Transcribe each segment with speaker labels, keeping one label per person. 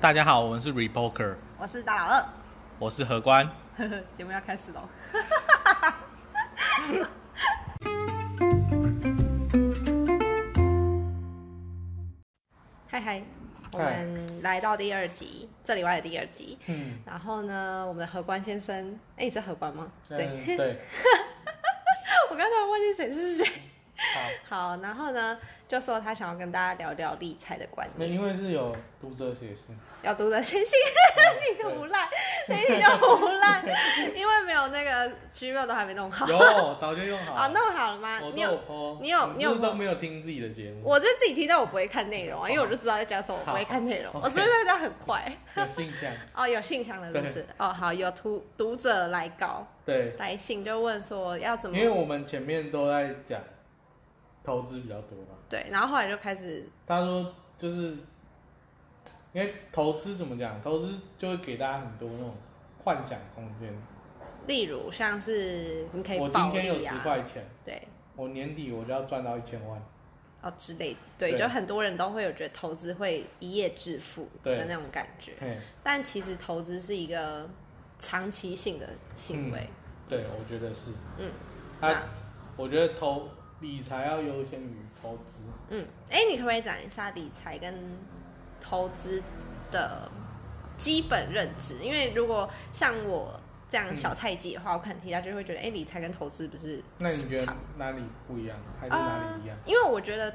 Speaker 1: 大家好，我们是 Repoker，
Speaker 2: 我是大老二
Speaker 1: 我是何官。
Speaker 2: 呵呵， 节目要开始喽。嗨嗨，我们来到第二集，这礼拜的第二集。
Speaker 1: 嗯，
Speaker 2: 然后呢，我们的荷官先生，哎，你是荷官吗？ 对，
Speaker 1: 对对，
Speaker 2: 我刚才忘记谁是谁。
Speaker 1: 好，
Speaker 2: 好，然后呢，就说他想要跟大家聊聊理财的观
Speaker 1: 那
Speaker 2: 念，
Speaker 1: 因为是有读者写 信，
Speaker 2: 要读者先信。这个
Speaker 1: 对
Speaker 2: 胡烂，这一题叫胡 烂，因为没有那个 Gmail 都还没弄好。
Speaker 1: 有早就用好
Speaker 2: 啊，
Speaker 1: 了，
Speaker 2: 弄好了吗？
Speaker 1: 我
Speaker 2: 你
Speaker 1: 都
Speaker 2: 有
Speaker 1: 有 po，
Speaker 2: 你有
Speaker 1: 不是
Speaker 2: 你有 po
Speaker 1: 都没有听自己的节目，
Speaker 2: 我就自己听，但我不会看内容啊，因为我就知道在讲什么，我不会看内容。
Speaker 1: 嗯好
Speaker 2: 我真的在很 快
Speaker 1: 有信箱，
Speaker 2: 哦，有信箱了是不是？哦，好，有读读者来稿
Speaker 1: 对，
Speaker 2: 来信就问说要怎么
Speaker 1: 因为我们前面都在讲投资比较多嘛，
Speaker 2: 对，然后后来就开始
Speaker 1: 他说就是因为投资怎么讲，投资就会给大家很多那种幻想空间，
Speaker 2: 例如像是你可以
Speaker 1: 我今
Speaker 2: 暴
Speaker 1: 天有
Speaker 2: 力
Speaker 1: 十
Speaker 2: 啊，
Speaker 1: 块钱，
Speaker 2: 对，
Speaker 1: 我年底我就要赚到一千万，
Speaker 2: 哦之类的，对，
Speaker 1: 对
Speaker 2: 就很多人都会有觉得投资会一夜致富
Speaker 1: 对
Speaker 2: 的那种感觉，
Speaker 1: 嘿。
Speaker 2: 但其实投资是一个长期性的行为，
Speaker 1: 对，我觉得是。
Speaker 2: 嗯，
Speaker 1: 他，我觉得投理财要优先于投资。
Speaker 2: 嗯，哎、你可不可以讲一下理财跟投资的基本认知？因为如果像我这样小菜鸡的话，我可能提到就会觉得，哎、理财跟投资不是
Speaker 1: 那你觉得
Speaker 2: 差
Speaker 1: 哪里不一样，还是哪里一样？
Speaker 2: 呃因为我觉得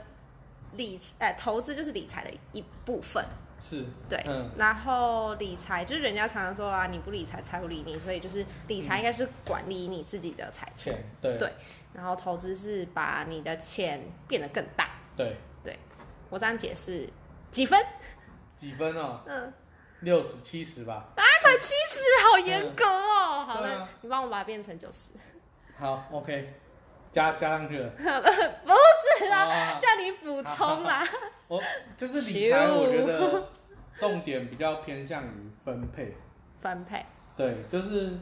Speaker 2: 理呃投资就是理财的一部分，
Speaker 1: 是，
Speaker 2: 呃对
Speaker 1: 嗯，
Speaker 2: 然后理财就是人家常常说啊，你不理财财不理你，所以就是理财应该是管理你自己的财富，
Speaker 1: 钱，对
Speaker 2: 对然后投资是把你的钱变得更大。
Speaker 1: 对，
Speaker 2: 我这样解释几分？
Speaker 1: 几分哦？
Speaker 2: 嗯。
Speaker 1: 六十、七十吧。
Speaker 2: 啊才七十，好严格哦。好
Speaker 1: 嗯对
Speaker 2: 的，
Speaker 1: 啊
Speaker 2: 你帮我把它变成九 十，
Speaker 1: 好，OK，加加上去了。
Speaker 2: 不是啦，
Speaker 1: 啊
Speaker 2: 叫你补充啦。
Speaker 1: 我就是理财，我觉得重点比较偏向于分配。
Speaker 2: 分配，
Speaker 1: 对，就是，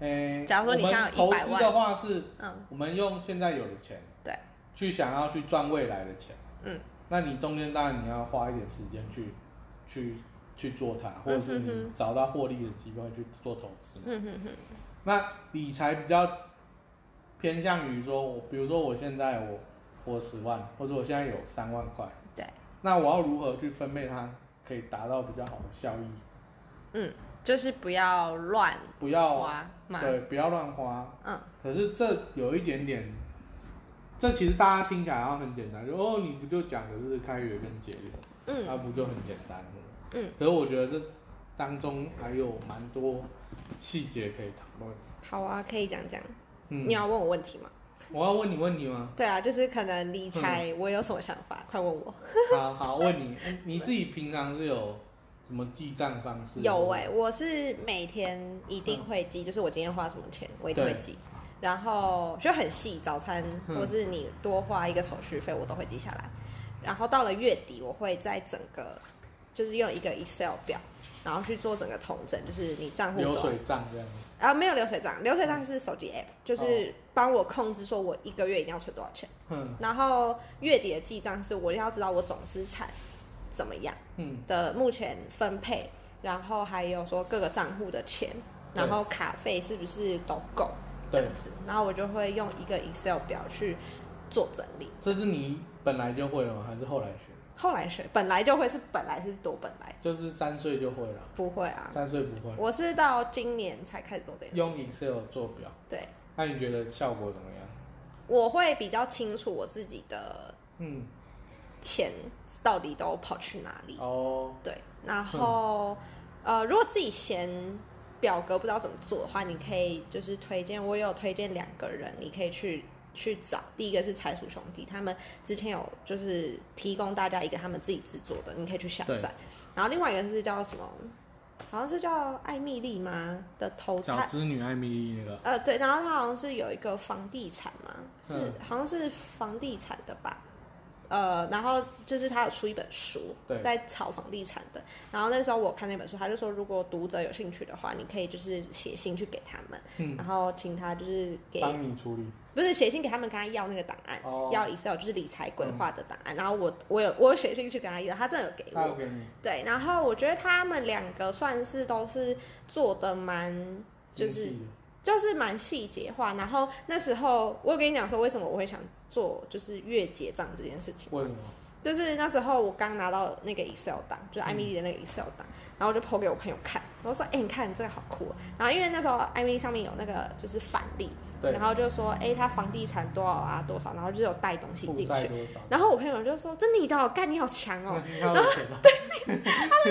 Speaker 1: 诶、
Speaker 2: 假如说你
Speaker 1: 我们
Speaker 2: 现在有
Speaker 1: 投
Speaker 2: 100
Speaker 1: 资
Speaker 2: 万
Speaker 1: 的话是
Speaker 2: 嗯，
Speaker 1: 我们用现在有的钱，
Speaker 2: 对，
Speaker 1: 去想要去赚未来的钱，
Speaker 2: 嗯，
Speaker 1: 那你中间当然你要花一点时间去去去做它，或者是
Speaker 2: 嗯
Speaker 1: 你找到获利的机会去做投资。
Speaker 2: 嗯哼哼，
Speaker 1: 那理财比较偏向于说，我比如说我现在我我十万，或者我现在有三万块，
Speaker 2: 对，
Speaker 1: 那我要如何去分配它，可以达到比较好的效益？
Speaker 2: 嗯，就是不要乱
Speaker 1: 不要
Speaker 2: 花嘛。
Speaker 1: 哦对，不要乱花，
Speaker 2: 嗯，
Speaker 1: 可是这有一点点，这其实大家听起来好像很简单，就哦，你不就讲的是开源跟节流，
Speaker 2: 嗯
Speaker 1: 那不就很简单了？
Speaker 2: 嗯，
Speaker 1: 可是我觉得这当中还有蛮多细节可以讨论。
Speaker 2: 好啊，可以讲讲。
Speaker 1: 嗯
Speaker 2: 你，要问我问题吗？
Speaker 1: 我要问你问题 吗？
Speaker 2: 对啊，就是可能
Speaker 1: 嗯
Speaker 2: 理财我有什么想法，快问我。
Speaker 1: 好好，问你，嗯你自己平常是有什么记账方式？
Speaker 2: 有哎、我是每天一定会记，就是我今天花什么钱，我一定会
Speaker 1: 嗯对
Speaker 2: 记。然后就很细，早餐
Speaker 1: 嗯
Speaker 2: 或是你多花一个手续费，我都会记下来。然后到了月底，我会在整个就是用一个 Excel 表，然后去做整个统整，就是你账户
Speaker 1: 流
Speaker 2: 多
Speaker 1: 水账这样。
Speaker 2: 啊没有流水账，流水账是手机 app，就
Speaker 1: 哦
Speaker 2: 是帮我控制说我一个月一定要存多少钱。
Speaker 1: 嗯
Speaker 2: 然后月底的记账是我要知道我总资产怎么样。
Speaker 1: 嗯，
Speaker 2: 的目前分配，然后还有说各个账户的钱，
Speaker 1: 对
Speaker 2: 然后卡费是不是都够这
Speaker 1: 对
Speaker 2: 样，子，然后我就会用一个 Excel 表去做整理。
Speaker 1: 这是你本来就会了吗？还是后来学？
Speaker 2: 后来学本来就会是本来是多本来
Speaker 1: 就是三岁就会了，
Speaker 2: 不会啊，
Speaker 1: 三岁不会。
Speaker 2: 我是到今年才开始做这件
Speaker 1: 用
Speaker 2: 事情。
Speaker 1: Excel 做表。
Speaker 2: 对，
Speaker 1: 那你觉得效果怎么样？
Speaker 2: 我会比较清楚我自己的
Speaker 1: 嗯，
Speaker 2: 钱到底都跑去哪里。
Speaker 1: 哦，
Speaker 2: 对，然后、呃，如果自己嫌表格不知道怎么做的话，你可以就是推荐，我有推荐两个人，你可以去去找。第一个是财鼠兄弟，他们之前有就是提供大家一个他们自己制作的，你可以去下
Speaker 1: 对
Speaker 2: 载。然后另外一个是叫什么？好像是叫艾米丽吗的投资。
Speaker 1: 小织女艾米丽那个，
Speaker 2: 呃，对，然后他好像是有一个房地产嘛，是、
Speaker 1: 嗯
Speaker 2: 好像是房地产的吧，呃，然后就是他有出一本书
Speaker 1: 对，
Speaker 2: 在炒房地产的。然后那时候我看那本书，他就说，如果读者有兴趣的话，你可以就是写信去给他们，
Speaker 1: 嗯，
Speaker 2: 然后请他就是给
Speaker 1: 帮你处理。
Speaker 2: 不是写信给他们，跟他要那个档案，
Speaker 1: 哦嗯
Speaker 2: 要 Excel 就是理财规划的档案。然后我我有我有写信去跟他要，他真的有给
Speaker 1: 他有
Speaker 2: 我。
Speaker 1: 给你，
Speaker 2: 对，然后我觉得他们两个算是都是做的蛮，就是
Speaker 1: 经济
Speaker 2: 就是蛮细节化。然后那时候我有跟你讲说，为什么我会想做就是月结账这件事情吗
Speaker 1: 为什么？
Speaker 2: 就是那时候我刚拿到那个 Excel 档，就是
Speaker 1: 嗯
Speaker 2: 艾米丽的那个 Excel 档，然后我就抛给我朋友看，我说：“哎、你看这个好酷哦。”然后因为那时候艾米丽上面有那个就是返利，
Speaker 1: 对
Speaker 2: 然，后就说：“哎、她房地产多少啊多少？”然后就是有带东西
Speaker 1: 负
Speaker 2: 进
Speaker 1: 债
Speaker 2: 去。
Speaker 1: 嗯多少？
Speaker 2: 然后我朋友就说：“这你的哦，干你好强哦，
Speaker 1: 那他有 钱吗？对，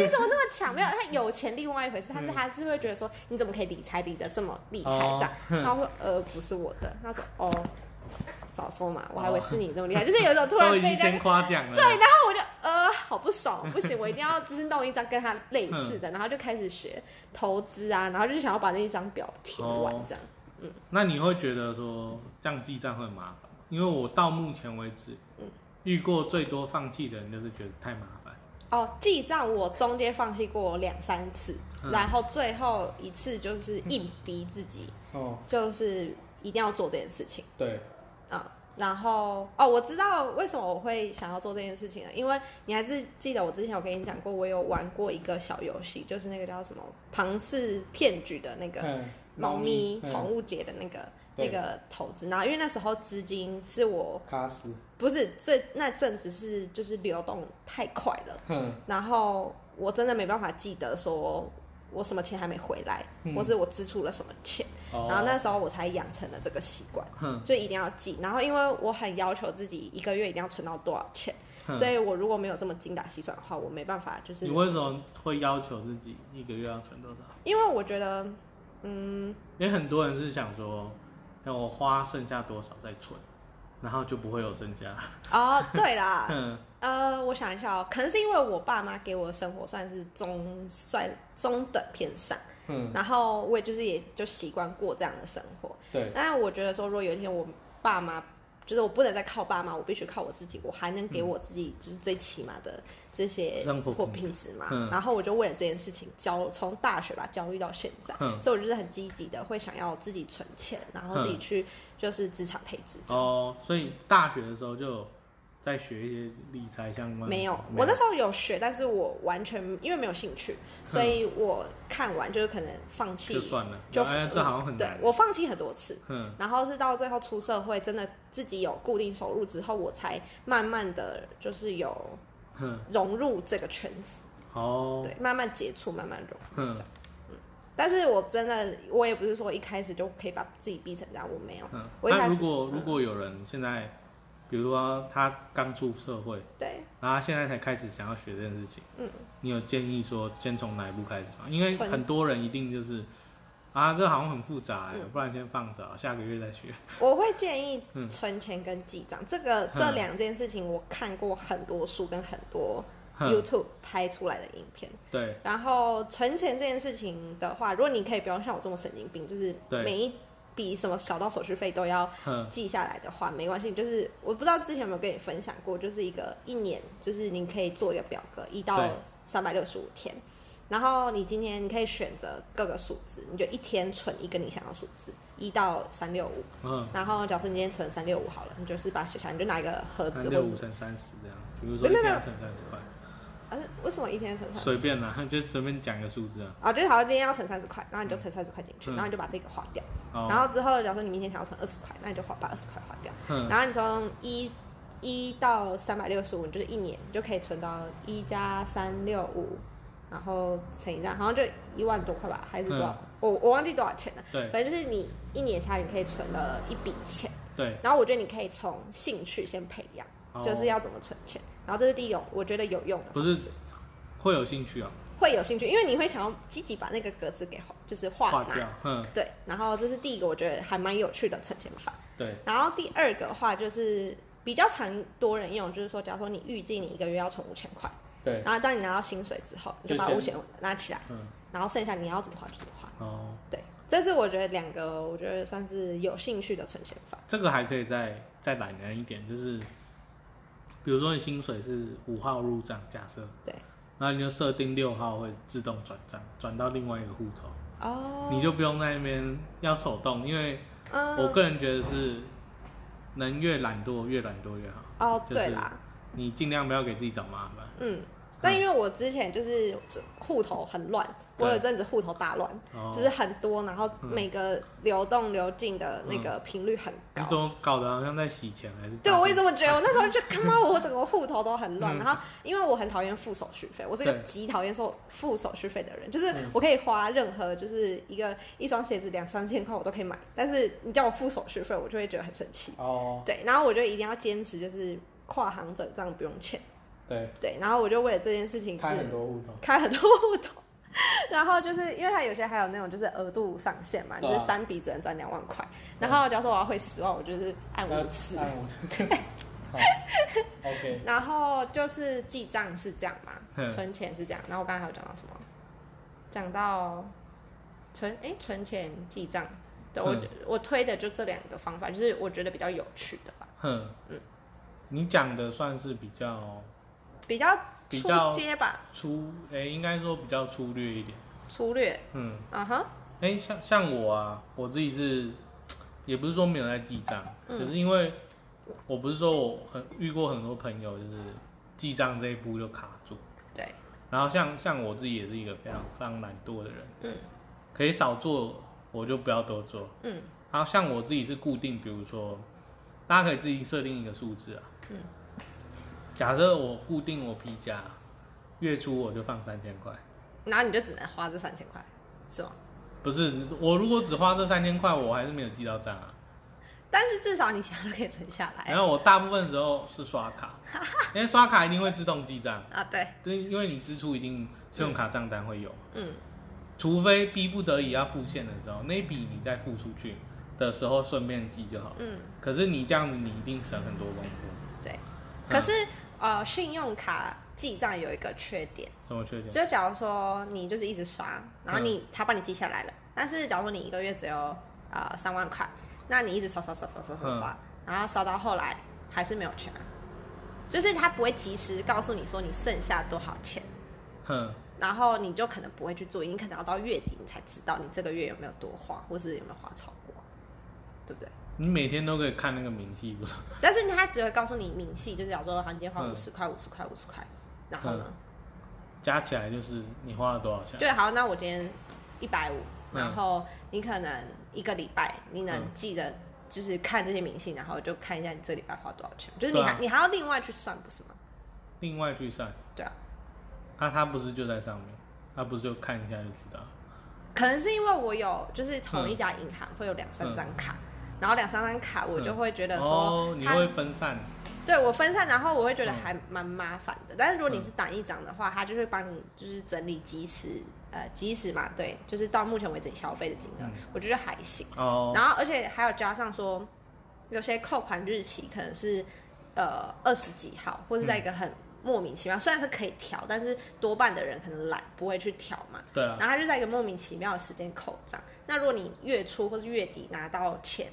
Speaker 2: 你怎么那么强？”没有，他有钱另外一回事，他是
Speaker 1: 嗯
Speaker 2: 他是会觉得说你怎么可以理财理得这么厉害
Speaker 1: 哦
Speaker 2: 这样？然后我说：“呃，不是我的。”他说：“哦，早说嘛，我还以为是你那么 厉害。”就是有一种突然
Speaker 1: 都
Speaker 2: 被
Speaker 1: 已经
Speaker 2: 人家
Speaker 1: 先夸奖了。
Speaker 2: 对，然后我就呃，好不爽， 不行，我一定要就是弄一张跟他类似的，然后就开始学投资啊，然后就想要把那一张表填完
Speaker 3: 哦
Speaker 2: 这样。
Speaker 3: 那你会觉得说这样记账会很麻烦吗？因为我到目前为止，
Speaker 2: 嗯
Speaker 3: 遇过最多放弃的人就是觉得太麻烦。
Speaker 2: 哦，记账我中间放弃过两三次，
Speaker 3: 嗯
Speaker 2: 然后最后一次就是硬逼自己，
Speaker 1: 哦，
Speaker 2: 就是一定要做这件事情。
Speaker 1: 对，
Speaker 2: 嗯，然后哦，我知道为什么我会想要做这件事情了，因为你还是记得我之前有跟你讲过，我有玩过一个小游戏，就是那个叫什么庞氏骗局的那个。
Speaker 1: 嗯，
Speaker 2: 猫咪
Speaker 1: 嗯
Speaker 2: 宠物节的那个、
Speaker 1: 对
Speaker 2: 那个投资，然后因为那时候资金是我
Speaker 1: 卡死，
Speaker 2: 不是最那阵子是就是流动太快了，
Speaker 1: 哼，
Speaker 2: 然后我真的没办法记得说我什么钱还没回来，
Speaker 1: 嗯
Speaker 2: 或是我支出了什么钱，
Speaker 3: 哦
Speaker 2: 然后那时候我才养成了这个习惯。
Speaker 3: 哼，
Speaker 2: 就一定要记，然后因为我很要求自己一个月一定要存到多少钱，
Speaker 3: 哼
Speaker 2: 所以我如果没有这么精打细算的话，我没办法就是
Speaker 3: 你为什么会要求自己一个月要存多少？
Speaker 2: 因为我觉得，嗯，
Speaker 3: 因为很多人是想说，让我花剩下多少再存，然后就不会有剩下。
Speaker 2: 哦，对啦，
Speaker 3: 嗯，
Speaker 2: 呃，我想一下哦，可能是因为我爸妈给我的生活算是中算中等偏上，
Speaker 1: 嗯，
Speaker 2: 然后我也就是也就习惯过这样的生活。
Speaker 1: 对，
Speaker 2: 但我觉得说，如果有一天我爸妈就是我不能再靠爸妈，我必须靠我自己，我还能给我自己就是最起码的这些
Speaker 3: 嗯生活
Speaker 2: 或
Speaker 3: 品质
Speaker 2: 品质嘛。
Speaker 3: 嗯
Speaker 2: 然后我就为了这件事情焦从大学吧焦虑到现在，
Speaker 3: 嗯
Speaker 2: 所以我就是很积极的会想要自己存钱，然后自己
Speaker 3: 嗯
Speaker 2: 去就是资产配置这样。
Speaker 3: 哦，所以大学的时候就有在学一些理财相关的。
Speaker 2: 没有，我那时候有学，但是我完全因为没有兴趣，所以我看完就是可能放弃
Speaker 3: 嗯就，算了，
Speaker 2: 就
Speaker 3: 哎这好像很
Speaker 2: 对
Speaker 3: 难。
Speaker 2: 我放弃很多次，
Speaker 3: 嗯，
Speaker 2: 然后是到最后出社会，真的自己有固定收入之后，我才慢慢的就是有
Speaker 3: 哼，
Speaker 2: 融入这个圈子，
Speaker 3: 哦，
Speaker 2: 对，慢慢接触，慢慢融。
Speaker 3: 哼，
Speaker 2: 嗯但是我真的，我也不是说一开始就可以把自己逼成这样，我没有，
Speaker 3: 嗯。
Speaker 2: 我一开
Speaker 3: 那
Speaker 2: 始
Speaker 3: 如果
Speaker 2: 嗯
Speaker 3: 如果有人现在，比如说他刚出社会，
Speaker 2: 对，
Speaker 3: 然后他啊现在才开始想要学这件事情，
Speaker 2: 嗯，
Speaker 3: 你有建议说先从哪一步开始吗？因为
Speaker 2: 存
Speaker 3: 很多人一定就是啊，这好像很复杂、欸，
Speaker 2: 嗯
Speaker 3: 不然先放着，下个月再学。
Speaker 2: 我会建议
Speaker 3: 嗯
Speaker 2: 存钱跟记账，这个
Speaker 3: 嗯
Speaker 2: 这两件事情，我看过很多书跟很多
Speaker 3: 哼，
Speaker 2: YouTube 拍出来的影片。
Speaker 3: 对，
Speaker 2: 然后存钱这件事情的话，如果你可以不用像我这么神经病，就是
Speaker 3: 对
Speaker 2: 每一笔什么小到手续费都要
Speaker 3: 哼，
Speaker 2: 记下来的话，没关系。就是我不知道之前有没有跟你分享过，就是一个一年，就是你可以做一个表格，一到
Speaker 3: 对
Speaker 2: 三百六十五天。然后你今天你可以选择各个数字，你就一天存一个你想要的数字，一到三六五。
Speaker 3: 嗯，
Speaker 2: 然后假设你今天存三六五好了，你就是把它写下来，你就拿一个盒子
Speaker 3: 三
Speaker 2: 或
Speaker 3: 六
Speaker 2: 者
Speaker 3: 五
Speaker 2: 是
Speaker 3: 乘三十这样，比如说一
Speaker 2: 没
Speaker 3: 天
Speaker 2: 有没有
Speaker 3: 要乘三十块，
Speaker 2: 啊，为什么一天存三？
Speaker 3: 随便啦， 就随便讲个数字啊。
Speaker 2: 啊，就是好像今天要存三十块，然后你就存三十块进去，
Speaker 3: 嗯
Speaker 2: 然后你就把这个划掉。然
Speaker 3: 哦，
Speaker 2: 后之后，假如说你明天想要存二十块，那你就划把二十块划掉。
Speaker 3: 哼，
Speaker 2: 然后你从一一到三百六十五，你就是一年，你就可以存到一加三六五，然后乘以这样，好像就一万多块吧，还是多少？我我忘记多少钱了。
Speaker 3: 嗯对
Speaker 2: 反正就是你一年下来，你可以存了一笔钱。
Speaker 3: 对，
Speaker 2: 然后我觉得你可以从兴趣先培养，
Speaker 3: 哦
Speaker 2: 就是要怎么存钱。然后这是第一种，我觉得有用的方式。
Speaker 3: 不是会有兴趣啊，
Speaker 2: 会有兴趣，因为你会想要积极把那个格子给画就是
Speaker 3: 划
Speaker 2: 画满。
Speaker 3: 掉，哼，
Speaker 2: 对，然后这是第一个，我觉得还蛮有趣的存钱法。
Speaker 3: 对，
Speaker 2: 然后第二个的话就是比较常多人用，就是说，假如说你预计你一个月要存五千块，
Speaker 1: 对，
Speaker 2: 然后当你拿到薪水之后，你就
Speaker 1: 就
Speaker 2: 把
Speaker 1: 先
Speaker 2: 五千拿起来，
Speaker 3: 嗯，
Speaker 2: 然后剩下你要怎么花就怎么花。
Speaker 3: 哦，
Speaker 2: 对，这是我觉得两个，我觉得算是有兴趣的存钱法。
Speaker 3: 这个还可以再再懒人一点，就是比如说你薪水是五号入账，假设
Speaker 2: 对，
Speaker 3: 然后你就设定六号会自动转账，转到另外一个户头，
Speaker 2: 哦，
Speaker 3: 你就不用在那边要手动，因为
Speaker 2: 嗯，
Speaker 3: 我个人觉得是能越懒惰越懒惰越好，
Speaker 2: 哦，
Speaker 3: 就是
Speaker 2: 对啦，
Speaker 3: 你尽量不要给自己找麻烦。
Speaker 2: 嗯，但因为我之前就是户头很乱，我有
Speaker 3: 对
Speaker 2: 一阵子户头大乱，
Speaker 3: 哦，
Speaker 2: 就是很多，然后
Speaker 3: 嗯
Speaker 2: 每个流动流进的那个频率很
Speaker 3: 你
Speaker 2: 高。
Speaker 3: 怎么搞得好像在洗钱还是诈骗？
Speaker 2: 对，我也这么觉得。我那时候就他妈，我整个户头都很乱。
Speaker 3: 嗯
Speaker 2: 然后，因为我很讨厌付手续费，我是一个
Speaker 3: 对
Speaker 2: 极讨厌收付手续费的人。就是
Speaker 1: 嗯
Speaker 2: 我可以花任何，就是一个一双鞋子两三千块我都可以买，但是你叫我付手续费，我就会觉得很生气。
Speaker 1: 哦，
Speaker 2: 对，然后我就一定要坚持，就是跨行转账不用钱。
Speaker 1: 对，
Speaker 2: 对，然后我就为了这件事情
Speaker 1: 开很
Speaker 2: 是
Speaker 1: 多户头，
Speaker 2: 开很多户头，然后就是因为它有些还有那种就是额度上限嘛，你
Speaker 1: 对
Speaker 2: 就
Speaker 1: 啊
Speaker 2: 是单笔只能赚两万块。
Speaker 1: 对
Speaker 2: 然
Speaker 1: 嗯
Speaker 2: 后假如说我要汇十万，我就是按
Speaker 1: 那
Speaker 2: 五次。
Speaker 1: 按五次， 好，OK，
Speaker 2: 然后就是记账是这样嘛，
Speaker 3: 嗯
Speaker 2: 存钱是这样。然后我刚才还有讲到什么？讲到存诶，存钱记账。对我
Speaker 3: 嗯
Speaker 2: 我推的就这两个方法，就是我觉得比较有趣的吧，
Speaker 3: 哼，你讲的算是比较
Speaker 2: 比较
Speaker 3: 比
Speaker 2: 出
Speaker 3: 较
Speaker 2: 街吧，
Speaker 3: 粗，诶、应该说比较粗略一点。
Speaker 2: 粗略。
Speaker 3: 嗯，
Speaker 2: 啊哈，
Speaker 3: 诶、像像我啊，我自己是，也不是说没有在记账，可是因为我不是说我很遇过很多朋友，就是记账这一步就卡住。
Speaker 2: 对，
Speaker 3: 然后像像我自己也是一个非常非常懒惰的人，
Speaker 2: 嗯，
Speaker 3: 可以少做我就不要多做。
Speaker 2: 嗯，
Speaker 3: 然后像我自己是固定，比如说，大家可以自己设定一个数字啊。
Speaker 2: 嗯。
Speaker 3: 假设我固定我 P 加，月初我就放三千块。
Speaker 2: 然后你就只能花这三千块，是吗？
Speaker 3: 不是，我如果只花这三千块，我还是没有记到账啊。
Speaker 2: 但是至少你其他都可以存下来
Speaker 3: 然后我大部分时候是刷 卡，因为刷卡一定会自动记账，
Speaker 2: 啊。对，
Speaker 3: 对，因为你支出一定信用卡账单会有，
Speaker 2: 嗯，
Speaker 3: 除非逼不得已要付现的时候，那一笔你再付出去的时候顺便记就好了。
Speaker 2: 嗯，
Speaker 3: 可是你这样子，你一定省很多嗯功夫。
Speaker 2: 对。可是、呃，信用卡记账有一个缺点，
Speaker 3: 什么缺点？
Speaker 2: 就假如说你就是一直刷，然后你、他帮你记下来了，但是假如说你一个月只有呃三万块，那你一直刷刷刷刷刷刷刷，然后刷到后来还是没有钱啊，就是他不会及时告诉你说你剩下多少钱。
Speaker 3: 哼，
Speaker 2: 然后你就可能不会去做，你可能要到月底你才知道你这个月有没有多花，或是有没有花超过，对不对？
Speaker 3: 你每天都可以看那个明细，不是？
Speaker 2: 但是他只会告诉你明细，就是假如说好，你今天花
Speaker 3: 嗯
Speaker 2: 五十块、五十块、五十块，然后呢，
Speaker 3: 加起来就是你花了多少钱？
Speaker 2: 就好，那我今天一百五，
Speaker 3: 嗯
Speaker 2: 然后你可能一个礼拜你
Speaker 3: 嗯
Speaker 2: 能记得，就是看这些明细，然后就看一下你这礼拜花多少钱，就是你
Speaker 3: 对啊
Speaker 2: 还、你还要另外去算，不是吗？
Speaker 3: 另外去算，
Speaker 2: 对啊，
Speaker 3: 那、他不是就在上面？他不是就看一下就知道？
Speaker 2: 可能是因为我有就是同一家银行
Speaker 3: 嗯
Speaker 2: 会有两三张卡，然后两三张卡我就会觉得说
Speaker 3: 哦，你
Speaker 2: 它
Speaker 3: 会分散，
Speaker 2: 对我分散，然后我会觉得
Speaker 3: 嗯
Speaker 2: 还蛮麻烦的。但是如果你是单一张的话，它就会帮你就是整理及时，呃，及时嘛，对，就是到目前为止你消费的金额，
Speaker 3: 嗯
Speaker 2: 我觉得还行。
Speaker 3: 哦，
Speaker 2: 然后而且还有加上说，有些扣款日期可能是呃二十几号，或是在一个很莫名
Speaker 3: 嗯
Speaker 2: 其妙，虽然是可以调，但是多半的人可能懒，不会去调嘛。
Speaker 3: 对啊，
Speaker 2: 然后他就在一个莫名其妙的时间扣账。那如果你月初或是月底拿到钱，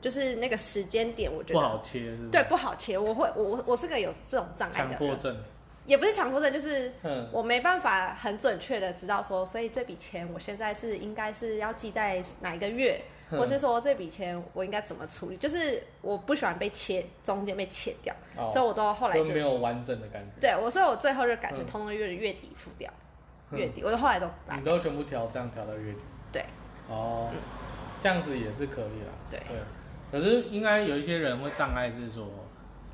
Speaker 2: 就是那个时间点，我觉
Speaker 3: 不
Speaker 2: 得
Speaker 3: 好切是不是？
Speaker 2: 对，，不好切。我会，我我我是个有这种障碍
Speaker 3: 强
Speaker 2: 的
Speaker 3: 迫
Speaker 2: 人，
Speaker 3: 症，
Speaker 2: 也不是强迫症，就是
Speaker 1: 嗯，
Speaker 2: 我没办法很准确的知道说，所以这笔钱我现在是应该是要记在哪一个月，
Speaker 1: 嗯
Speaker 2: 或是说这笔钱我应该怎么处理，就是我不喜欢被切中间被切掉，所以
Speaker 1: 哦，
Speaker 2: 我都后来
Speaker 1: 就
Speaker 2: 就
Speaker 1: 没有完整的感
Speaker 2: 对我，所以我最后就改成
Speaker 1: 嗯
Speaker 2: 通通月月底付掉，
Speaker 1: 嗯
Speaker 2: 月底我后来都
Speaker 1: 觉，
Speaker 2: 改
Speaker 1: 你，都全部调账调到月底。
Speaker 2: 对，嗯
Speaker 1: 哦，这样子也是可以啦。
Speaker 2: 对
Speaker 3: 可是应该有一些人会障碍是说，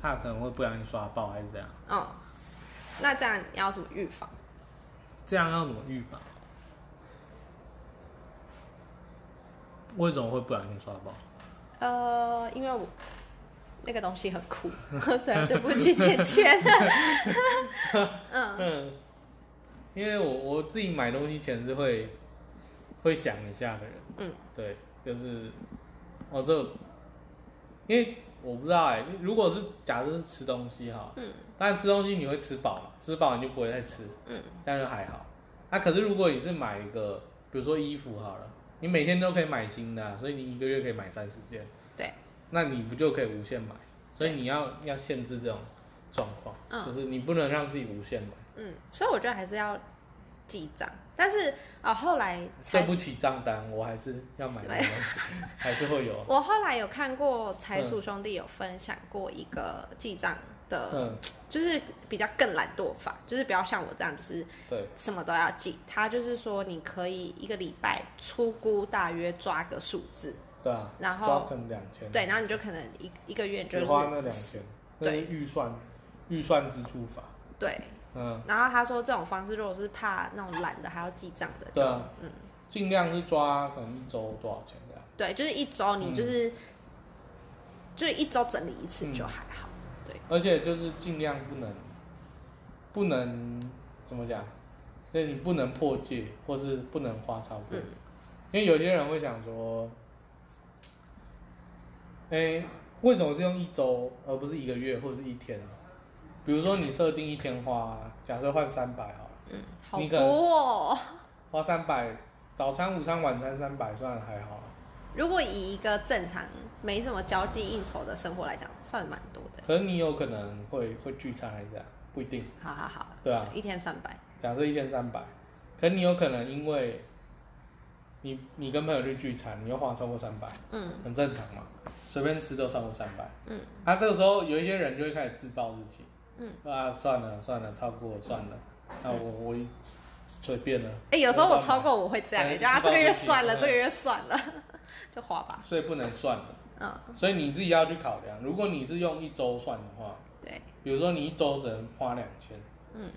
Speaker 3: 他可能会不小心刷爆还是怎样，
Speaker 2: 嗯，那这样你要怎么预防？
Speaker 3: 这样要怎么预防？为什么会不小心刷爆？
Speaker 2: 呃，因为我那个东西很酷， 所以对不起姐姐。 嗯
Speaker 3: 嗯，因为我我自己买东西前是会会想一下的人，
Speaker 2: 嗯，
Speaker 3: 对，就是哦这，因为我不知道哎、如果是假设是吃东西哈，
Speaker 2: 嗯
Speaker 3: 当然吃东西你会吃饱嘛，吃饱你就不会再吃，
Speaker 2: 嗯
Speaker 3: 这样就还好。那、可是如果你是买一个，比如说衣服好了，你每天都可以买新的啊、所以你一个月可以买三十件，
Speaker 2: 对，
Speaker 3: 那你不就可以无限买？所以
Speaker 2: 对
Speaker 3: 你要要限制这种状况，
Speaker 2: 嗯
Speaker 1: 就是你不能让自己无限买，
Speaker 2: 嗯，所以我觉得还是要记账，但是呃后来
Speaker 1: 对
Speaker 2: 才
Speaker 1: 不起账单，我还是要买的东西， 还是 会有。
Speaker 2: 我后来有看过财鼠兄弟有分享过一个记账的，
Speaker 1: 嗯，
Speaker 2: 就是比较更懒惰法，就是不要像我这样，就是
Speaker 1: 对，
Speaker 2: 什么都要记。他就是说，你可以一个礼拜粗估大约抓个数字，
Speaker 1: 对啊，
Speaker 2: 然后
Speaker 1: 抓可能两千，
Speaker 2: 对，然后你就可能一一个月就
Speaker 1: 只花
Speaker 2: 是
Speaker 1: 那两千，那是
Speaker 2: 对
Speaker 1: 预算预算支出法，
Speaker 2: 对。
Speaker 1: 嗯，
Speaker 2: 然后他说，这种方式如果是怕那种懒的还要记账的，
Speaker 1: 对啊
Speaker 2: 就嗯，
Speaker 1: 尽量是抓可能一周多少钱这样。
Speaker 2: 对，就是一周你就是、
Speaker 1: 嗯
Speaker 2: 就一周整理一次就还好。
Speaker 1: 而且就是尽量不能，不能怎么讲，就是你不能破戒，或是不能花超过，
Speaker 2: 嗯
Speaker 1: 因为有些人会想说，哎、为什么是用一周而不是一个月或者是一天呢？比如说你设定一天花，假设换三百好了，
Speaker 2: 嗯，好
Speaker 1: 你可
Speaker 2: 多
Speaker 1: 能
Speaker 2: 哦。
Speaker 1: 花三百，早餐、午餐、晚餐三百，算还好啊。
Speaker 2: 如果以一个正常没什么交际应酬的生活来讲，算蛮多的。
Speaker 1: 可是你有可能会会聚餐还是这样，不一定。
Speaker 2: 好好好，
Speaker 1: 对啊
Speaker 2: 一天三百，
Speaker 1: 假设一千三百，可你有可能因为你你跟朋友去聚餐，你又花超过三百，
Speaker 2: 嗯
Speaker 1: 很正常嘛，随便吃都超过三百。
Speaker 2: 嗯，
Speaker 1: 啊，这个时候有一些人就会开始自暴自弃。
Speaker 2: 嗯，
Speaker 1: 啊，算了算了，超过算了，那我我一随便了。
Speaker 2: 哎、有时候我
Speaker 1: 干嘛
Speaker 2: 超，过我会这样，
Speaker 1: 对
Speaker 2: 就啊这个月算了，
Speaker 1: 对
Speaker 2: 这个月算了， 就花吧。
Speaker 1: 所以不能算了，
Speaker 2: 嗯，
Speaker 1: 所以你自己要去考量。如果你是用一周算的话，
Speaker 2: 对，
Speaker 1: 比如说你一周只能花两千，
Speaker 2: 嗯，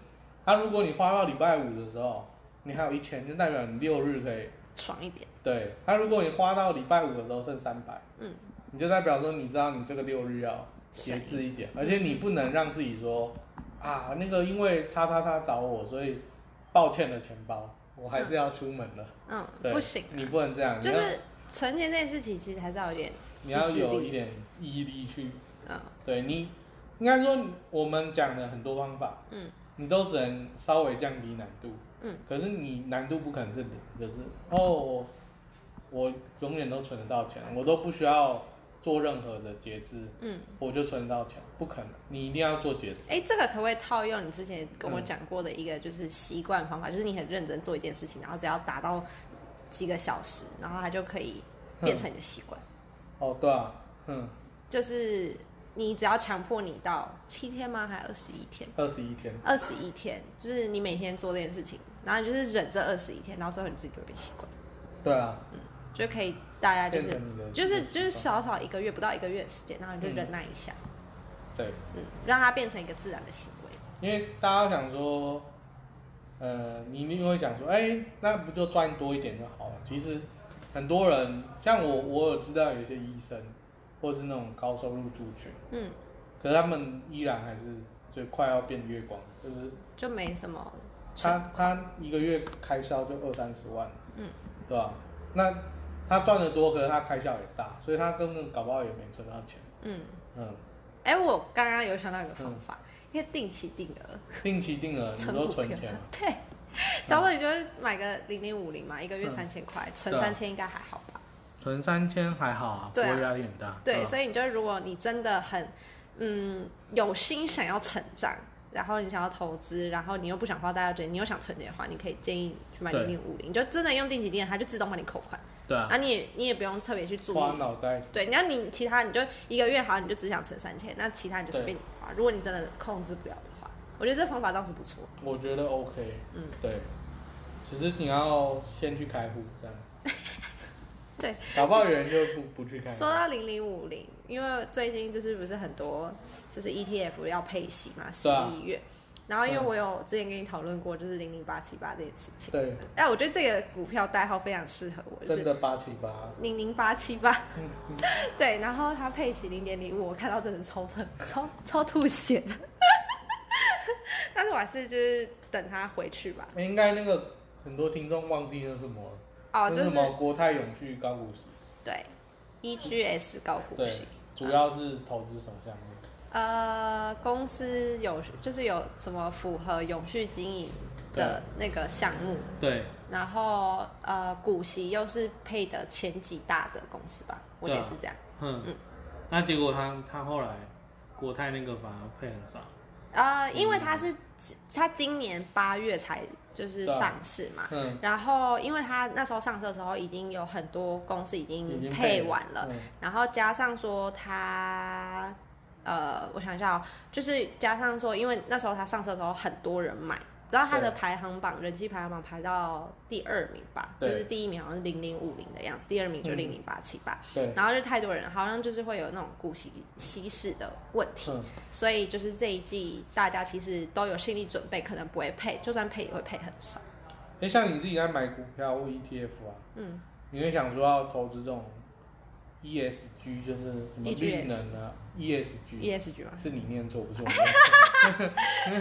Speaker 1: 啊，如果你花到礼拜五的时候，你还有一千，就代表你六日可以
Speaker 2: 爽一点。
Speaker 1: 对，那、如果你花到礼拜五的时候剩三百，
Speaker 2: 嗯，
Speaker 1: 你就代表说你知道你这个六日要节制一点，而且你不能让自己说啊那个因为叉叉叉找我，所以抱歉了钱包，我还是要出门了。
Speaker 2: 嗯，
Speaker 1: 对，
Speaker 2: 不行、
Speaker 1: 你
Speaker 2: 啊，
Speaker 1: 不能这样，
Speaker 2: 就是存钱这件事情，其实还是要有点
Speaker 1: 你要
Speaker 2: 自
Speaker 1: 你
Speaker 2: 制
Speaker 1: 要有
Speaker 2: 力
Speaker 1: 一点毅力去，
Speaker 2: 嗯
Speaker 1: 对你应该说我们讲的很多方法，
Speaker 2: 嗯
Speaker 1: 你都只能稍微降低难度，
Speaker 2: 嗯，
Speaker 1: 可是你难度不可能是零，就是哦，我永远都存得到钱，我都不需要做任何的节制，
Speaker 2: 嗯。
Speaker 1: 我就存得到钱，不可能，你一定要做节制，
Speaker 2: 哎、这个可不可以套用你之前跟我讲过的一个就是习惯方法，就是你很认真做一件事情，然后只要达到几个小时，然后它就可以变成你的习惯。
Speaker 1: 哦，对啊，嗯，
Speaker 2: 就是你只要强迫你到七天吗？还二十一天？
Speaker 1: 二十一天，
Speaker 2: 二十一天，就是你每天做这件事情，然后你就是忍这二十一天，然后最后你自己就会变习惯，
Speaker 1: 对啊，
Speaker 2: 就可以大啊家就
Speaker 1: 变
Speaker 2: 是
Speaker 1: 成你的
Speaker 2: 就是
Speaker 1: 习惯
Speaker 2: 就是少少一个月不到一个月的时间，然后你就忍耐一下，
Speaker 1: 对，
Speaker 2: 嗯，让它变成一个自然的行为。
Speaker 1: 因为大家想说，呃，你一定会想说，哎、那不就赚多一点就好了。其实很多人，像我，我有知道有一些医生，或者是那种高收入族群，
Speaker 2: 嗯，
Speaker 1: 可是他们依然还是就快要变月光，就是
Speaker 2: 就没什么存
Speaker 1: 他他一个月开销就二三十万，
Speaker 2: 嗯，
Speaker 1: 对吧、那他赚的多，可是他开销也大，所以他根本搞不好也没存到钱，
Speaker 2: 嗯，
Speaker 1: 嗯，
Speaker 2: 哎、我刚刚有想到一个方法，因为定期定额
Speaker 1: 定期定额，哦你
Speaker 2: 股
Speaker 1: 说存
Speaker 2: 票
Speaker 1: 钱嘛，啊
Speaker 2: 对，假如你就是买个零零五零嘛，一个月
Speaker 1: 嗯
Speaker 2: 三千块，存
Speaker 3: 对啊
Speaker 2: 三千应该还好吧？
Speaker 3: 存三千还好啊，不
Speaker 2: 对啊
Speaker 3: 会压力很
Speaker 1: 嗯
Speaker 3: 大。
Speaker 2: 对，
Speaker 3: 啊
Speaker 2: 所以你就如果你真的很嗯有心想要成长，然后你想要投资，然后你又不想花大家钱，你又想存钱的话，你可以建议你去买
Speaker 3: 对
Speaker 2: 零零五零，你就真的用定期定额，它就自动帮你扣款，
Speaker 3: 对啊，
Speaker 2: 啊，你也你也不用特别去注
Speaker 1: 花
Speaker 2: 意。
Speaker 1: 脑袋
Speaker 2: 对，你要你其他你就一个月好，你就只想存三千，那其他你就随便你花。如果你真的控制不了的话，我觉得这方法倒是不错。
Speaker 1: 我觉得 OK，
Speaker 2: 嗯，
Speaker 1: 对，只是你要先去开户这样，
Speaker 2: 对，
Speaker 1: 搞不好有人就不不去开户，
Speaker 2: 说到零零五零，因为最近就是不是很多就是 ETF 要配息嘛，十
Speaker 1: 对啊
Speaker 2: 一月。然后因为
Speaker 1: 嗯
Speaker 2: 我有之前跟你讨论过，就是零零八七八这件事情。
Speaker 1: 对，
Speaker 2: 哎，我觉得这个股票代号非常适合我，就
Speaker 1: 真
Speaker 2: 是
Speaker 1: 的嗯八七八，
Speaker 2: 零零八七八。 对，然后它配息零点零五，我看到真的超喷，超超吐血的。 但是我还是就是等它回去吧。
Speaker 1: 哎应该那个很多听众忘记那什么了，
Speaker 2: 哦，
Speaker 1: 那
Speaker 2: 就是
Speaker 1: 什么国泰永续高股息，
Speaker 2: 对，EGS 高股
Speaker 1: 对
Speaker 2: 息。，
Speaker 1: 主要是投资什么项目？
Speaker 2: 呃，公司有就是有什么符合永续经营的那个项目，
Speaker 3: 对，
Speaker 2: 然后呃，股息又是配的前几大的公司吧，我觉得
Speaker 3: 对啊
Speaker 2: 是这样。
Speaker 3: 嗯
Speaker 2: 嗯，
Speaker 3: 那结果他他后来国泰那个反而配很少，
Speaker 2: 呃，因为它是它今年八月才就是
Speaker 1: 嗯对啊
Speaker 2: 上市嘛，
Speaker 1: 嗯，
Speaker 2: 然后因为它那时候上市的时候已经有很多公司已
Speaker 1: 嗯已
Speaker 2: 经
Speaker 1: 经
Speaker 2: 配完了，
Speaker 1: 嗯
Speaker 2: 然后加上说它，呃，我想一下哦，就是加上说，因为那时候它上市的时候很多人买，知道它的
Speaker 1: 对
Speaker 2: 排行榜人气排行榜排到第二名吧，就
Speaker 1: 对
Speaker 2: 是第一名好像是零零五零的样子，第二名就
Speaker 1: 嗯
Speaker 2: 零零八七八，
Speaker 1: 对，
Speaker 2: 然后就太多人，好像就是会有那种股息稀释的问题，
Speaker 1: 嗯，
Speaker 2: 所以就是这一季大家其实都有心理准备，可能不会配，就算配也会配很少，
Speaker 1: 哎，像你自己在买股票或 ETF 啊，
Speaker 2: 嗯，
Speaker 1: 你会想说要投资这种 ESG，就是什么
Speaker 2: EGS
Speaker 1: 绿能啊，ESG
Speaker 2: ESG 嘛，
Speaker 1: 是你念错不是我念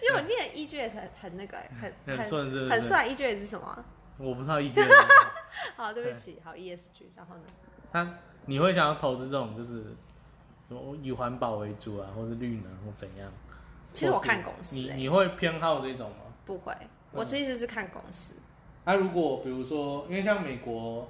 Speaker 2: 因为我念 EGS 很很那个欸
Speaker 1: 嗯
Speaker 2: 很
Speaker 3: 很
Speaker 2: 很
Speaker 3: 顺是不
Speaker 2: 很
Speaker 3: 是？
Speaker 2: 帅，EGS 是什么啊？
Speaker 3: 我不知道一个，
Speaker 2: 好，对不起，好 ESG，然后呢？
Speaker 3: 那你会想要投资这种就是什么以环保为主啊，或是绿能或怎样？
Speaker 2: 其实我
Speaker 3: 或是
Speaker 2: 看公司、
Speaker 3: 你
Speaker 2: 欸，
Speaker 3: 你会偏好这种吗？
Speaker 2: 不会，我其实是看公司。
Speaker 1: 那、啊如果比如说，因为像美国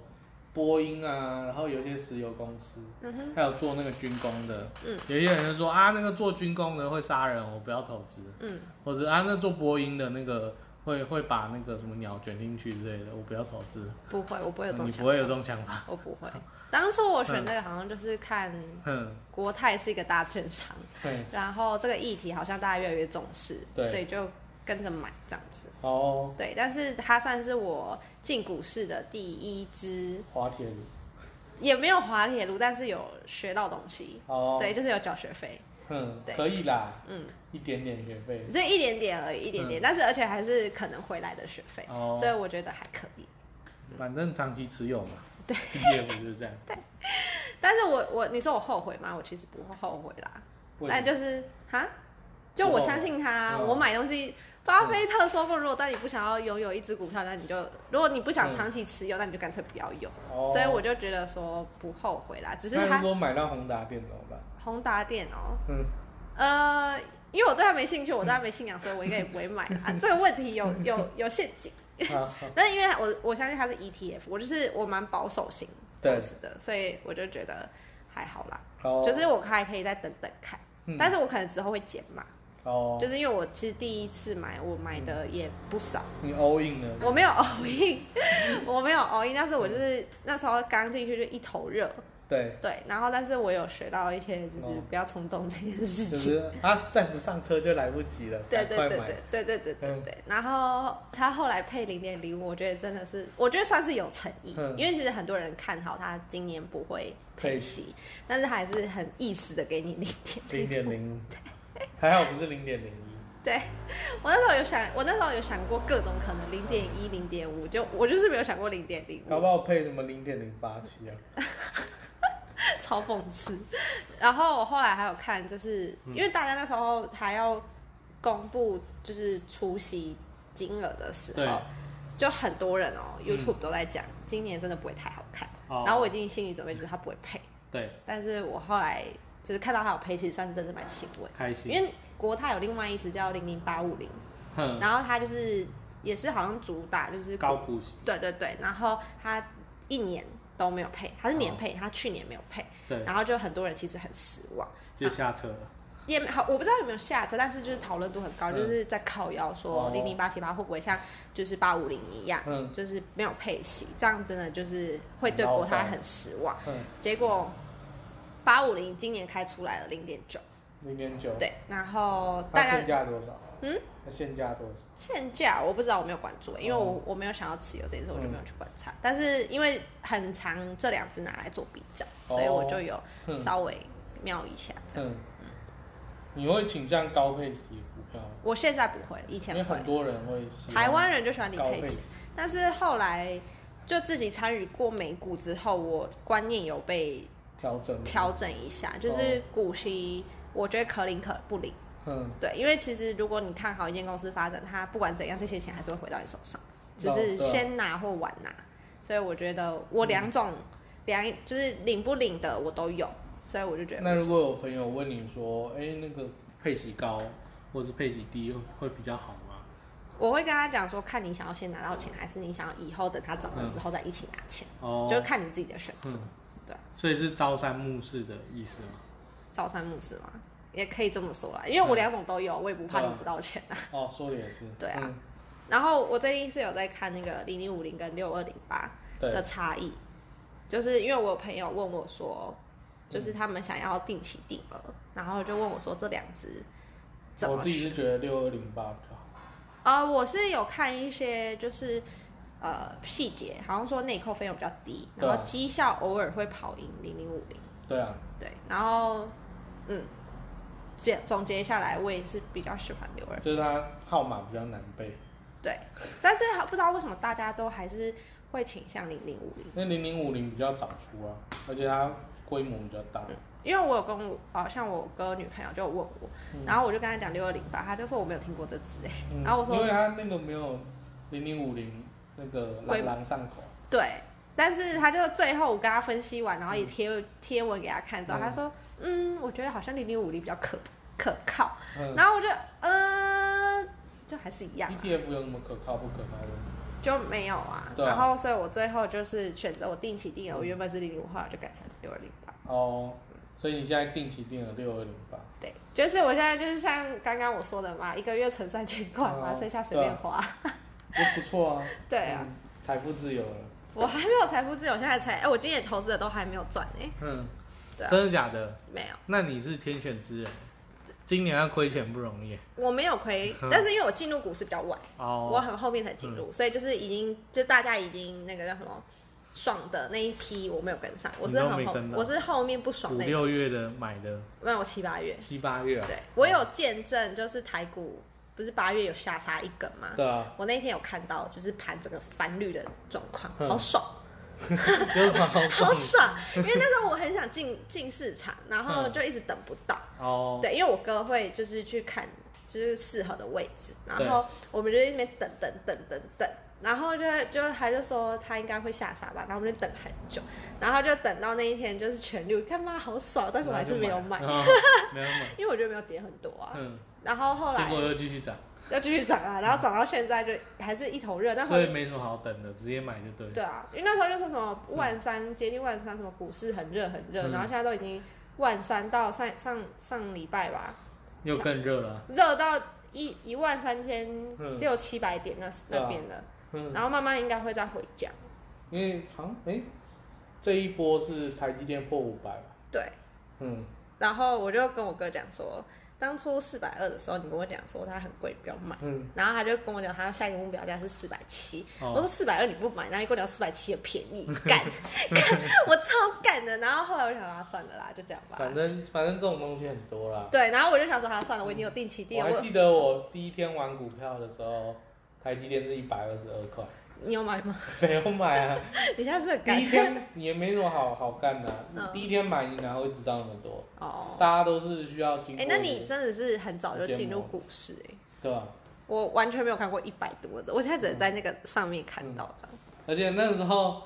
Speaker 1: 波音啊，然后有一些石油公司，
Speaker 2: 嗯哼，
Speaker 1: 还有做那个军工的，
Speaker 2: 嗯
Speaker 3: 有一些人就说啊，那个做军工的会杀人，我不要投资，
Speaker 2: 嗯，
Speaker 3: 或者啊，那做波音的那个会会把那个什么鸟卷进去之类的，我不要投资。
Speaker 2: 不会，我不会有这种
Speaker 3: 你
Speaker 2: 想
Speaker 3: 不会有这
Speaker 2: 法，
Speaker 3: 种想法，
Speaker 2: 我不会。当初我选那个好像就是看
Speaker 3: 哼，
Speaker 2: 国泰是一个大券商，
Speaker 1: 对，
Speaker 2: 然后这个议题好像大家越来越重视，
Speaker 1: 嗯对
Speaker 2: 所以就跟着买这样子。
Speaker 1: 哦，
Speaker 2: 对，但是它算是我进股市的第一支，
Speaker 1: 滑铁卢，
Speaker 2: 也没有滑铁卢，但是有学到东西。
Speaker 1: 哦，
Speaker 2: 对，，就是有缴学费，
Speaker 1: 嗯，
Speaker 2: 对
Speaker 1: 可以啦，
Speaker 2: 嗯，
Speaker 1: 一点点学费，
Speaker 2: 就一点点而已，一点点，但是而且还是可能回来的学费，
Speaker 3: 哦
Speaker 2: 所以我觉得还可以。
Speaker 3: 反正长期持有嘛，对，ETF 就是 这样，
Speaker 2: 但是我我你说我后悔吗？我其实不会后悔啦，
Speaker 1: 为什
Speaker 2: 但
Speaker 1: 么
Speaker 2: 就是哈，就我相信他，
Speaker 1: 嗯
Speaker 2: 我买东西。巴菲特说过，如果当你不想要拥有一只股票，那你就如果你不想长期持有，那你就干脆不要有。
Speaker 1: 嗯哦，
Speaker 2: 所以我就觉得说不后悔啦，只是
Speaker 1: 那如
Speaker 2: 他
Speaker 1: 果买到宏达电怎么办？
Speaker 2: 宏达电哦，
Speaker 1: 嗯，
Speaker 2: 呃，因为我对他没兴趣，我对他没信仰，所以我应该也不会买 啦。这个问题有有有陷阱。
Speaker 1: 啊，
Speaker 2: 但是因为我我相信它是 ETF，我就是我蛮保守型投
Speaker 1: 对
Speaker 2: 资的，所以我就觉得还好啦，
Speaker 1: 哦，
Speaker 2: 就是我还可以再等等看，
Speaker 1: 嗯，
Speaker 2: 但是我可能之后会减码，
Speaker 1: 哦，
Speaker 2: 就是因为我其实第一次买，我买的也不少，
Speaker 1: 你 all in 了，
Speaker 2: 我没有 all in，我 没有 all in，但是我就是那时候刚进去就一头热，
Speaker 1: 对，
Speaker 2: 对，然后但是我有学到一些就是
Speaker 1: 哦
Speaker 2: 不要冲动这件事
Speaker 1: 就
Speaker 2: 情。
Speaker 1: 是啊，再不上车就来不及了，
Speaker 2: 对
Speaker 1: 赶
Speaker 2: 对
Speaker 1: 快
Speaker 2: 对
Speaker 1: 买嗯
Speaker 2: 对对对对对对，然后他后来配零点零五，我觉得真的是，我觉得算是有诚意，
Speaker 1: 嗯
Speaker 2: 因为其实很多人看好他今年不会配息，但是还是很意思的给你零点。
Speaker 1: 零点零，还好不是零点零一，
Speaker 2: 对我那时候有想，我那时候有想过各种可能，零点一、零点五，就我就是没有想过零点零
Speaker 1: 搞
Speaker 2: 五
Speaker 1: 不，好配什么零点零八七啊，
Speaker 2: 超讽刺。然后我后来还有看，就是因为大家那时候还要公布就是除息金额的时
Speaker 3: 对
Speaker 2: 候，，就很多人哦
Speaker 3: 嗯
Speaker 2: ，YouTube 都在讲，今年真的不会太好看。
Speaker 3: 哦
Speaker 2: 然后我已经心理准备就是它不会配，
Speaker 3: 对
Speaker 2: 但是我后来就是看到它有配，其实算是真的蛮欣慰，
Speaker 3: 开心，
Speaker 2: 因为国泰有另外一只叫零零八五零，
Speaker 3: 哼，
Speaker 2: 然后它就是也是好像主打就是
Speaker 3: 嗯高，股息，
Speaker 2: 对对对，然后它一年都没有配，它是年配，它去年没有配，
Speaker 3: 对，
Speaker 2: 然后就很多人其实很失望。
Speaker 3: 就下车了，
Speaker 2: 也没好，我不知道有没有下车，但是就是讨论度很高，
Speaker 3: 嗯
Speaker 2: 就是在靠腰说
Speaker 1: 哦
Speaker 2: 零零八七八会不会像就是八五零一样，
Speaker 1: 嗯
Speaker 2: 就是没有配息，这样真的就是会对国泰很失望。
Speaker 1: 嗯，
Speaker 2: 结果八五零今年开出来了零点九，
Speaker 1: 零点九，
Speaker 2: 对，然后大
Speaker 1: 它
Speaker 2: 概
Speaker 1: 现价多少？
Speaker 2: 嗯，
Speaker 1: 它现价多少？
Speaker 2: 现价我不知道，我没有关注，因为我
Speaker 1: 哦
Speaker 2: 我没有想要持有这一只，我就
Speaker 1: 嗯
Speaker 2: 没有去观察。但是因为很长这两只拿来做比较，所以
Speaker 1: 哦
Speaker 2: 我就有
Speaker 1: 哼
Speaker 2: 稍微瞄一下。
Speaker 1: 嗯，你会倾向高配息股票吗？
Speaker 2: 我现在不会，以
Speaker 1: 因
Speaker 2: 前
Speaker 1: 为
Speaker 2: 会
Speaker 1: 很。多人会喜欢
Speaker 2: 台湾人就喜欢理
Speaker 1: 高
Speaker 2: 配
Speaker 1: 配
Speaker 2: 型
Speaker 1: 息，，
Speaker 2: 但是后来就自己参与过美股之后，我观念有被
Speaker 1: 调整
Speaker 2: 调，整一下，就是股息，我觉得可领可不领。
Speaker 1: 嗯，
Speaker 2: 对，因为其实如果你看好一间公司发展，它不管怎样，这些钱还是会回到你手上，只
Speaker 1: 哦
Speaker 2: 是
Speaker 1: 对啊嗯
Speaker 2: 先拿或晚拿。所以我觉得我两种两、就是领不领的我都有，所以我就觉得
Speaker 1: 那
Speaker 2: 不
Speaker 1: 如
Speaker 2: 是
Speaker 1: 果有朋友问你说，哎、那个
Speaker 3: 配息高或是配息低会会比较好吗？
Speaker 2: 我会跟他讲说，看你想要先拿到钱，还是你想要以后等它涨
Speaker 1: 嗯
Speaker 2: 了之后再一起拿钱，
Speaker 3: 哦，
Speaker 2: 就是看你自己的选择。
Speaker 3: 嗯，
Speaker 2: 对，
Speaker 3: 所以是朝三暮四的意思吗？
Speaker 2: 朝三暮四嘛，也可以这么说啦，因为我两种都有，我也不怕
Speaker 1: 嗯对啊
Speaker 2: 领不到钱啊。
Speaker 1: 哦，说的也是。
Speaker 2: 对啊
Speaker 1: 嗯，
Speaker 2: 然后我最近是有在看那个零零五零跟六二零八的
Speaker 1: 对，
Speaker 2: 差异，就是因为我有朋友问我说，就是他们想要定期定额，然后就问我说这两只怎
Speaker 1: 我
Speaker 2: 么
Speaker 1: 哦自己
Speaker 2: 选
Speaker 1: 是觉得六二零八比较好。
Speaker 2: 呃，我是有看一些就是呃细节，好像说内扣费用比较低，
Speaker 1: 对
Speaker 2: 然
Speaker 1: 啊
Speaker 2: 后绩效偶尔会跑赢零零五零，
Speaker 1: 对啊，
Speaker 2: 对，然后嗯，简总结下来，我也是比较喜欢六二，
Speaker 1: 就是它号码比较难背，
Speaker 2: 对，但是不知道为什么大家都还是会倾向零零五零，
Speaker 1: 因为零零五零比较早出啊，而且它规模比较大。
Speaker 2: 因为我有跟我哦，像我哥女朋友就有问我，
Speaker 1: 嗯
Speaker 2: 然后我就跟他讲六二零八，他就说我没有听过这只哎、
Speaker 1: 嗯
Speaker 2: 然后我说
Speaker 1: 因为它那个没有零零五零那个
Speaker 2: 规模
Speaker 1: 朗朗上口，
Speaker 2: 对，但是他就最后我跟他分析完，然后也贴、贴文给他看之后，
Speaker 1: 嗯
Speaker 2: 他说，嗯，我觉得好像零零五零比较可可靠，
Speaker 1: 嗯
Speaker 2: 然后我就，嗯、就还是一样啊，
Speaker 1: ，ETF 有什么可靠不可靠的？
Speaker 2: 就没有啊。
Speaker 1: 对啊嗯
Speaker 2: 然后所以我最后就是选择我定期定额，我原本是零零五，后来就改成六二零八。
Speaker 1: 哦，所以你现在定期定额六二零八，
Speaker 2: 对，就是我现在就是像刚刚我说的嘛，一个月存三千块嘛，
Speaker 1: 哦
Speaker 2: 剩下随便
Speaker 1: 对啊
Speaker 2: 花。
Speaker 1: 也不错啊。
Speaker 2: 对啊
Speaker 1: 嗯，财富自由了。
Speaker 2: 我还没有财富自由，现在才，哎、我今年投资的都还没有赚哎、
Speaker 3: 嗯，
Speaker 2: 对啊
Speaker 3: 真的假的？
Speaker 2: 没有。
Speaker 3: 那你是天选之人，今年要亏钱不容易
Speaker 2: 我没有 亏，但是因为我进入股市比较晚，我
Speaker 3: 哦。
Speaker 2: 很后面才进入，所以就是已经就大家已经那个叫什么爽的那一批，我没有跟上，我
Speaker 3: 你
Speaker 2: 是
Speaker 3: 都
Speaker 2: 很
Speaker 3: 没
Speaker 2: 后
Speaker 3: 跟到
Speaker 2: 我是后面不爽
Speaker 3: 五
Speaker 2: 那一批，
Speaker 3: 六月的买的，
Speaker 2: 没有我七八月，
Speaker 3: 七八月啊。
Speaker 2: 对我有见证，就是台股不是八月有下杀一根吗？
Speaker 3: 对啊，
Speaker 2: 我那天有看到，就是盘整个翻绿的状况，
Speaker 3: 嗯
Speaker 2: 好爽，
Speaker 3: 有什么好
Speaker 2: 好
Speaker 3: 爽
Speaker 2: 爽！因为那时候我很想进进市场，然后
Speaker 3: 嗯
Speaker 2: 就一直等不到，
Speaker 3: 哦，
Speaker 2: 对，因为我哥会就是去看就是适合的位置，然后我们就在那边等等等等等，然后就就他就说他应该会下沙吧，然后我们就等很久，然后就等到那一天就是全绿，他妈好爽， 但是我还是没有买，
Speaker 3: 哦没有买。
Speaker 2: 因为我觉得没有跌很多啊。
Speaker 3: 嗯，
Speaker 2: 然后后
Speaker 3: 结果嗯
Speaker 2: 来
Speaker 3: 又继续涨，
Speaker 2: 要继续涨啊，然后涨到现在就还是一头热，但是
Speaker 3: 所
Speaker 2: 我
Speaker 3: 以
Speaker 2: 就
Speaker 3: 没什么好等的，直接买就对了。
Speaker 2: 对啊，因为那时候就说什么万三接近万三，什么股市很热很热，
Speaker 3: 嗯
Speaker 2: 然后现在都已经万三到上上上礼拜吧，
Speaker 3: 又更热了啊。
Speaker 2: 热到一一万三千六七百点那、那边的，
Speaker 1: 嗯，
Speaker 2: 然后慢慢应该会再回降。
Speaker 1: 因为好像哎，这一波是台积电破五百吧？
Speaker 2: 对，
Speaker 1: 嗯，
Speaker 2: 然后我就跟我哥讲说，当初四百二的时候，你跟我讲说它很贵，不要买。
Speaker 1: 嗯，
Speaker 2: 然后他就跟我讲，他下一个目标价是四百七。
Speaker 3: 哦
Speaker 2: 我说四百二你不买，然后你跟我讲四百七很便 宜，干干，我超干的。然后后来我想啊，算了啦，就这样吧。
Speaker 1: 反正反正这种东西很多啦。
Speaker 2: 对，然后我就想说，啊，算了，我已经有定期定
Speaker 1: 我
Speaker 2: 了，
Speaker 1: 还
Speaker 2: 我
Speaker 1: 记得我第一天玩股票的时候，台积电是一百二十二块，
Speaker 2: 你有买吗？
Speaker 1: 没有买啊。
Speaker 2: 你现在是很
Speaker 1: 第
Speaker 2: 干
Speaker 1: 一天也没什么好好干的啊、
Speaker 2: 嗯
Speaker 1: 第一天买你哪会知道那么多？
Speaker 2: 哦。
Speaker 1: 大家都是需要经
Speaker 2: 哎、
Speaker 1: 过。
Speaker 2: 那你真的是很早就进入股市哎、
Speaker 1: 对吧？
Speaker 2: 我完全没有看过一百多的，我现在只能在那个上面看到这样。
Speaker 1: 而且那时候，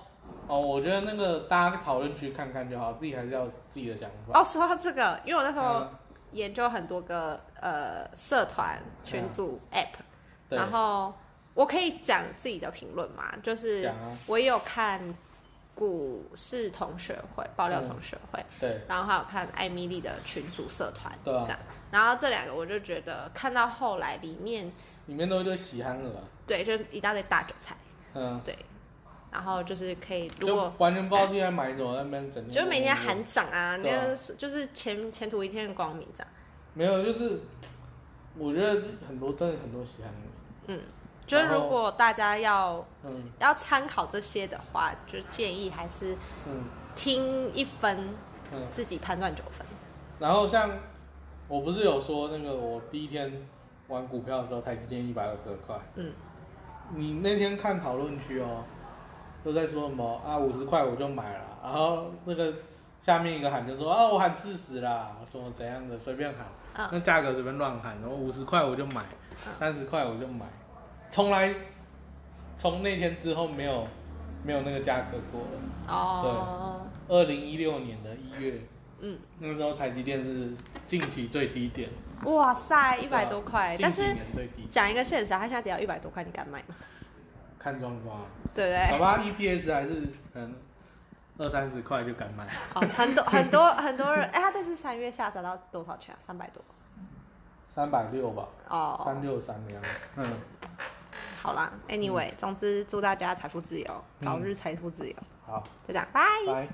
Speaker 1: 哦，我觉得那个大家讨论区看看就好，自己还是要有自己的想法。
Speaker 2: 哦，说到这个，因为我那时候研究很多个呃社团群组 app，、
Speaker 1: 嗯对，
Speaker 2: 然后我可以讲自己的评论嘛，就是
Speaker 1: 讲啊，
Speaker 2: 我也有看股市同学会、爆料同学会，
Speaker 1: 对，
Speaker 2: 然后还有看艾米丽的群组社团、
Speaker 1: 嗯对啊
Speaker 2: 这样，然后这两个我就觉得看到后来里面
Speaker 1: 里面都一堆喜憨儿啊，
Speaker 2: 对，就一大堆大韭菜，
Speaker 1: 嗯，
Speaker 2: 对，然后就是可以如
Speaker 1: 就
Speaker 2: 果。
Speaker 1: 完全不知道自己在啊买什么，在那边整天
Speaker 2: 就每天喊涨啊，
Speaker 1: 对啊
Speaker 2: 那是就是前前途一片光明这样。
Speaker 1: 没有，就是我觉得很多真的很多喜憨儿，
Speaker 2: 嗯就是如果大家要
Speaker 1: 嗯
Speaker 2: 要参考这些的话，就建议还是
Speaker 1: 嗯
Speaker 2: 听一分，
Speaker 1: 嗯。
Speaker 2: 自己判断九分。
Speaker 1: 然后像我不是有说那个我第一天玩股票的时候，台积电一百二十二块，
Speaker 2: 嗯，
Speaker 1: 你那天看讨论区哦，都在说什么啊五十块我就买了，然后那个下面一个喊就说啊我喊四十啦，什么怎样的随便喊，
Speaker 2: 嗯
Speaker 1: 那价格随便乱喊，然后五十块我就买
Speaker 2: 嗯，
Speaker 1: 三十块我就买，从来从那天之后没有没有那个价格过了。
Speaker 2: 哦，
Speaker 1: 二零一六年的一月，
Speaker 2: 嗯，
Speaker 1: 那时候台积电是近期最低点，
Speaker 2: 哇塞，一百多块，
Speaker 1: 对啊
Speaker 2: 哎但
Speaker 1: 近几
Speaker 2: 是
Speaker 1: 年最低，
Speaker 2: 讲一个现实啊，他现在只要一百多块，你敢买吗？
Speaker 1: 看状况啊，
Speaker 2: 对不
Speaker 1: 搞
Speaker 2: 对？
Speaker 1: 不好 EPS 还是可能
Speaker 3: 二三十块就敢买，
Speaker 2: 哦，很多很多很多人，哎、 他这次三月下杀到多少钱啊？三百多。
Speaker 1: 三百六吧，三
Speaker 2: 哦，
Speaker 1: 六三那样。嗯，
Speaker 2: 好啦，anyway，、总之祝大家财富自由，早
Speaker 3: 嗯
Speaker 2: 日财富自由，
Speaker 1: 好，
Speaker 2: 就这样，拜。
Speaker 1: 拜。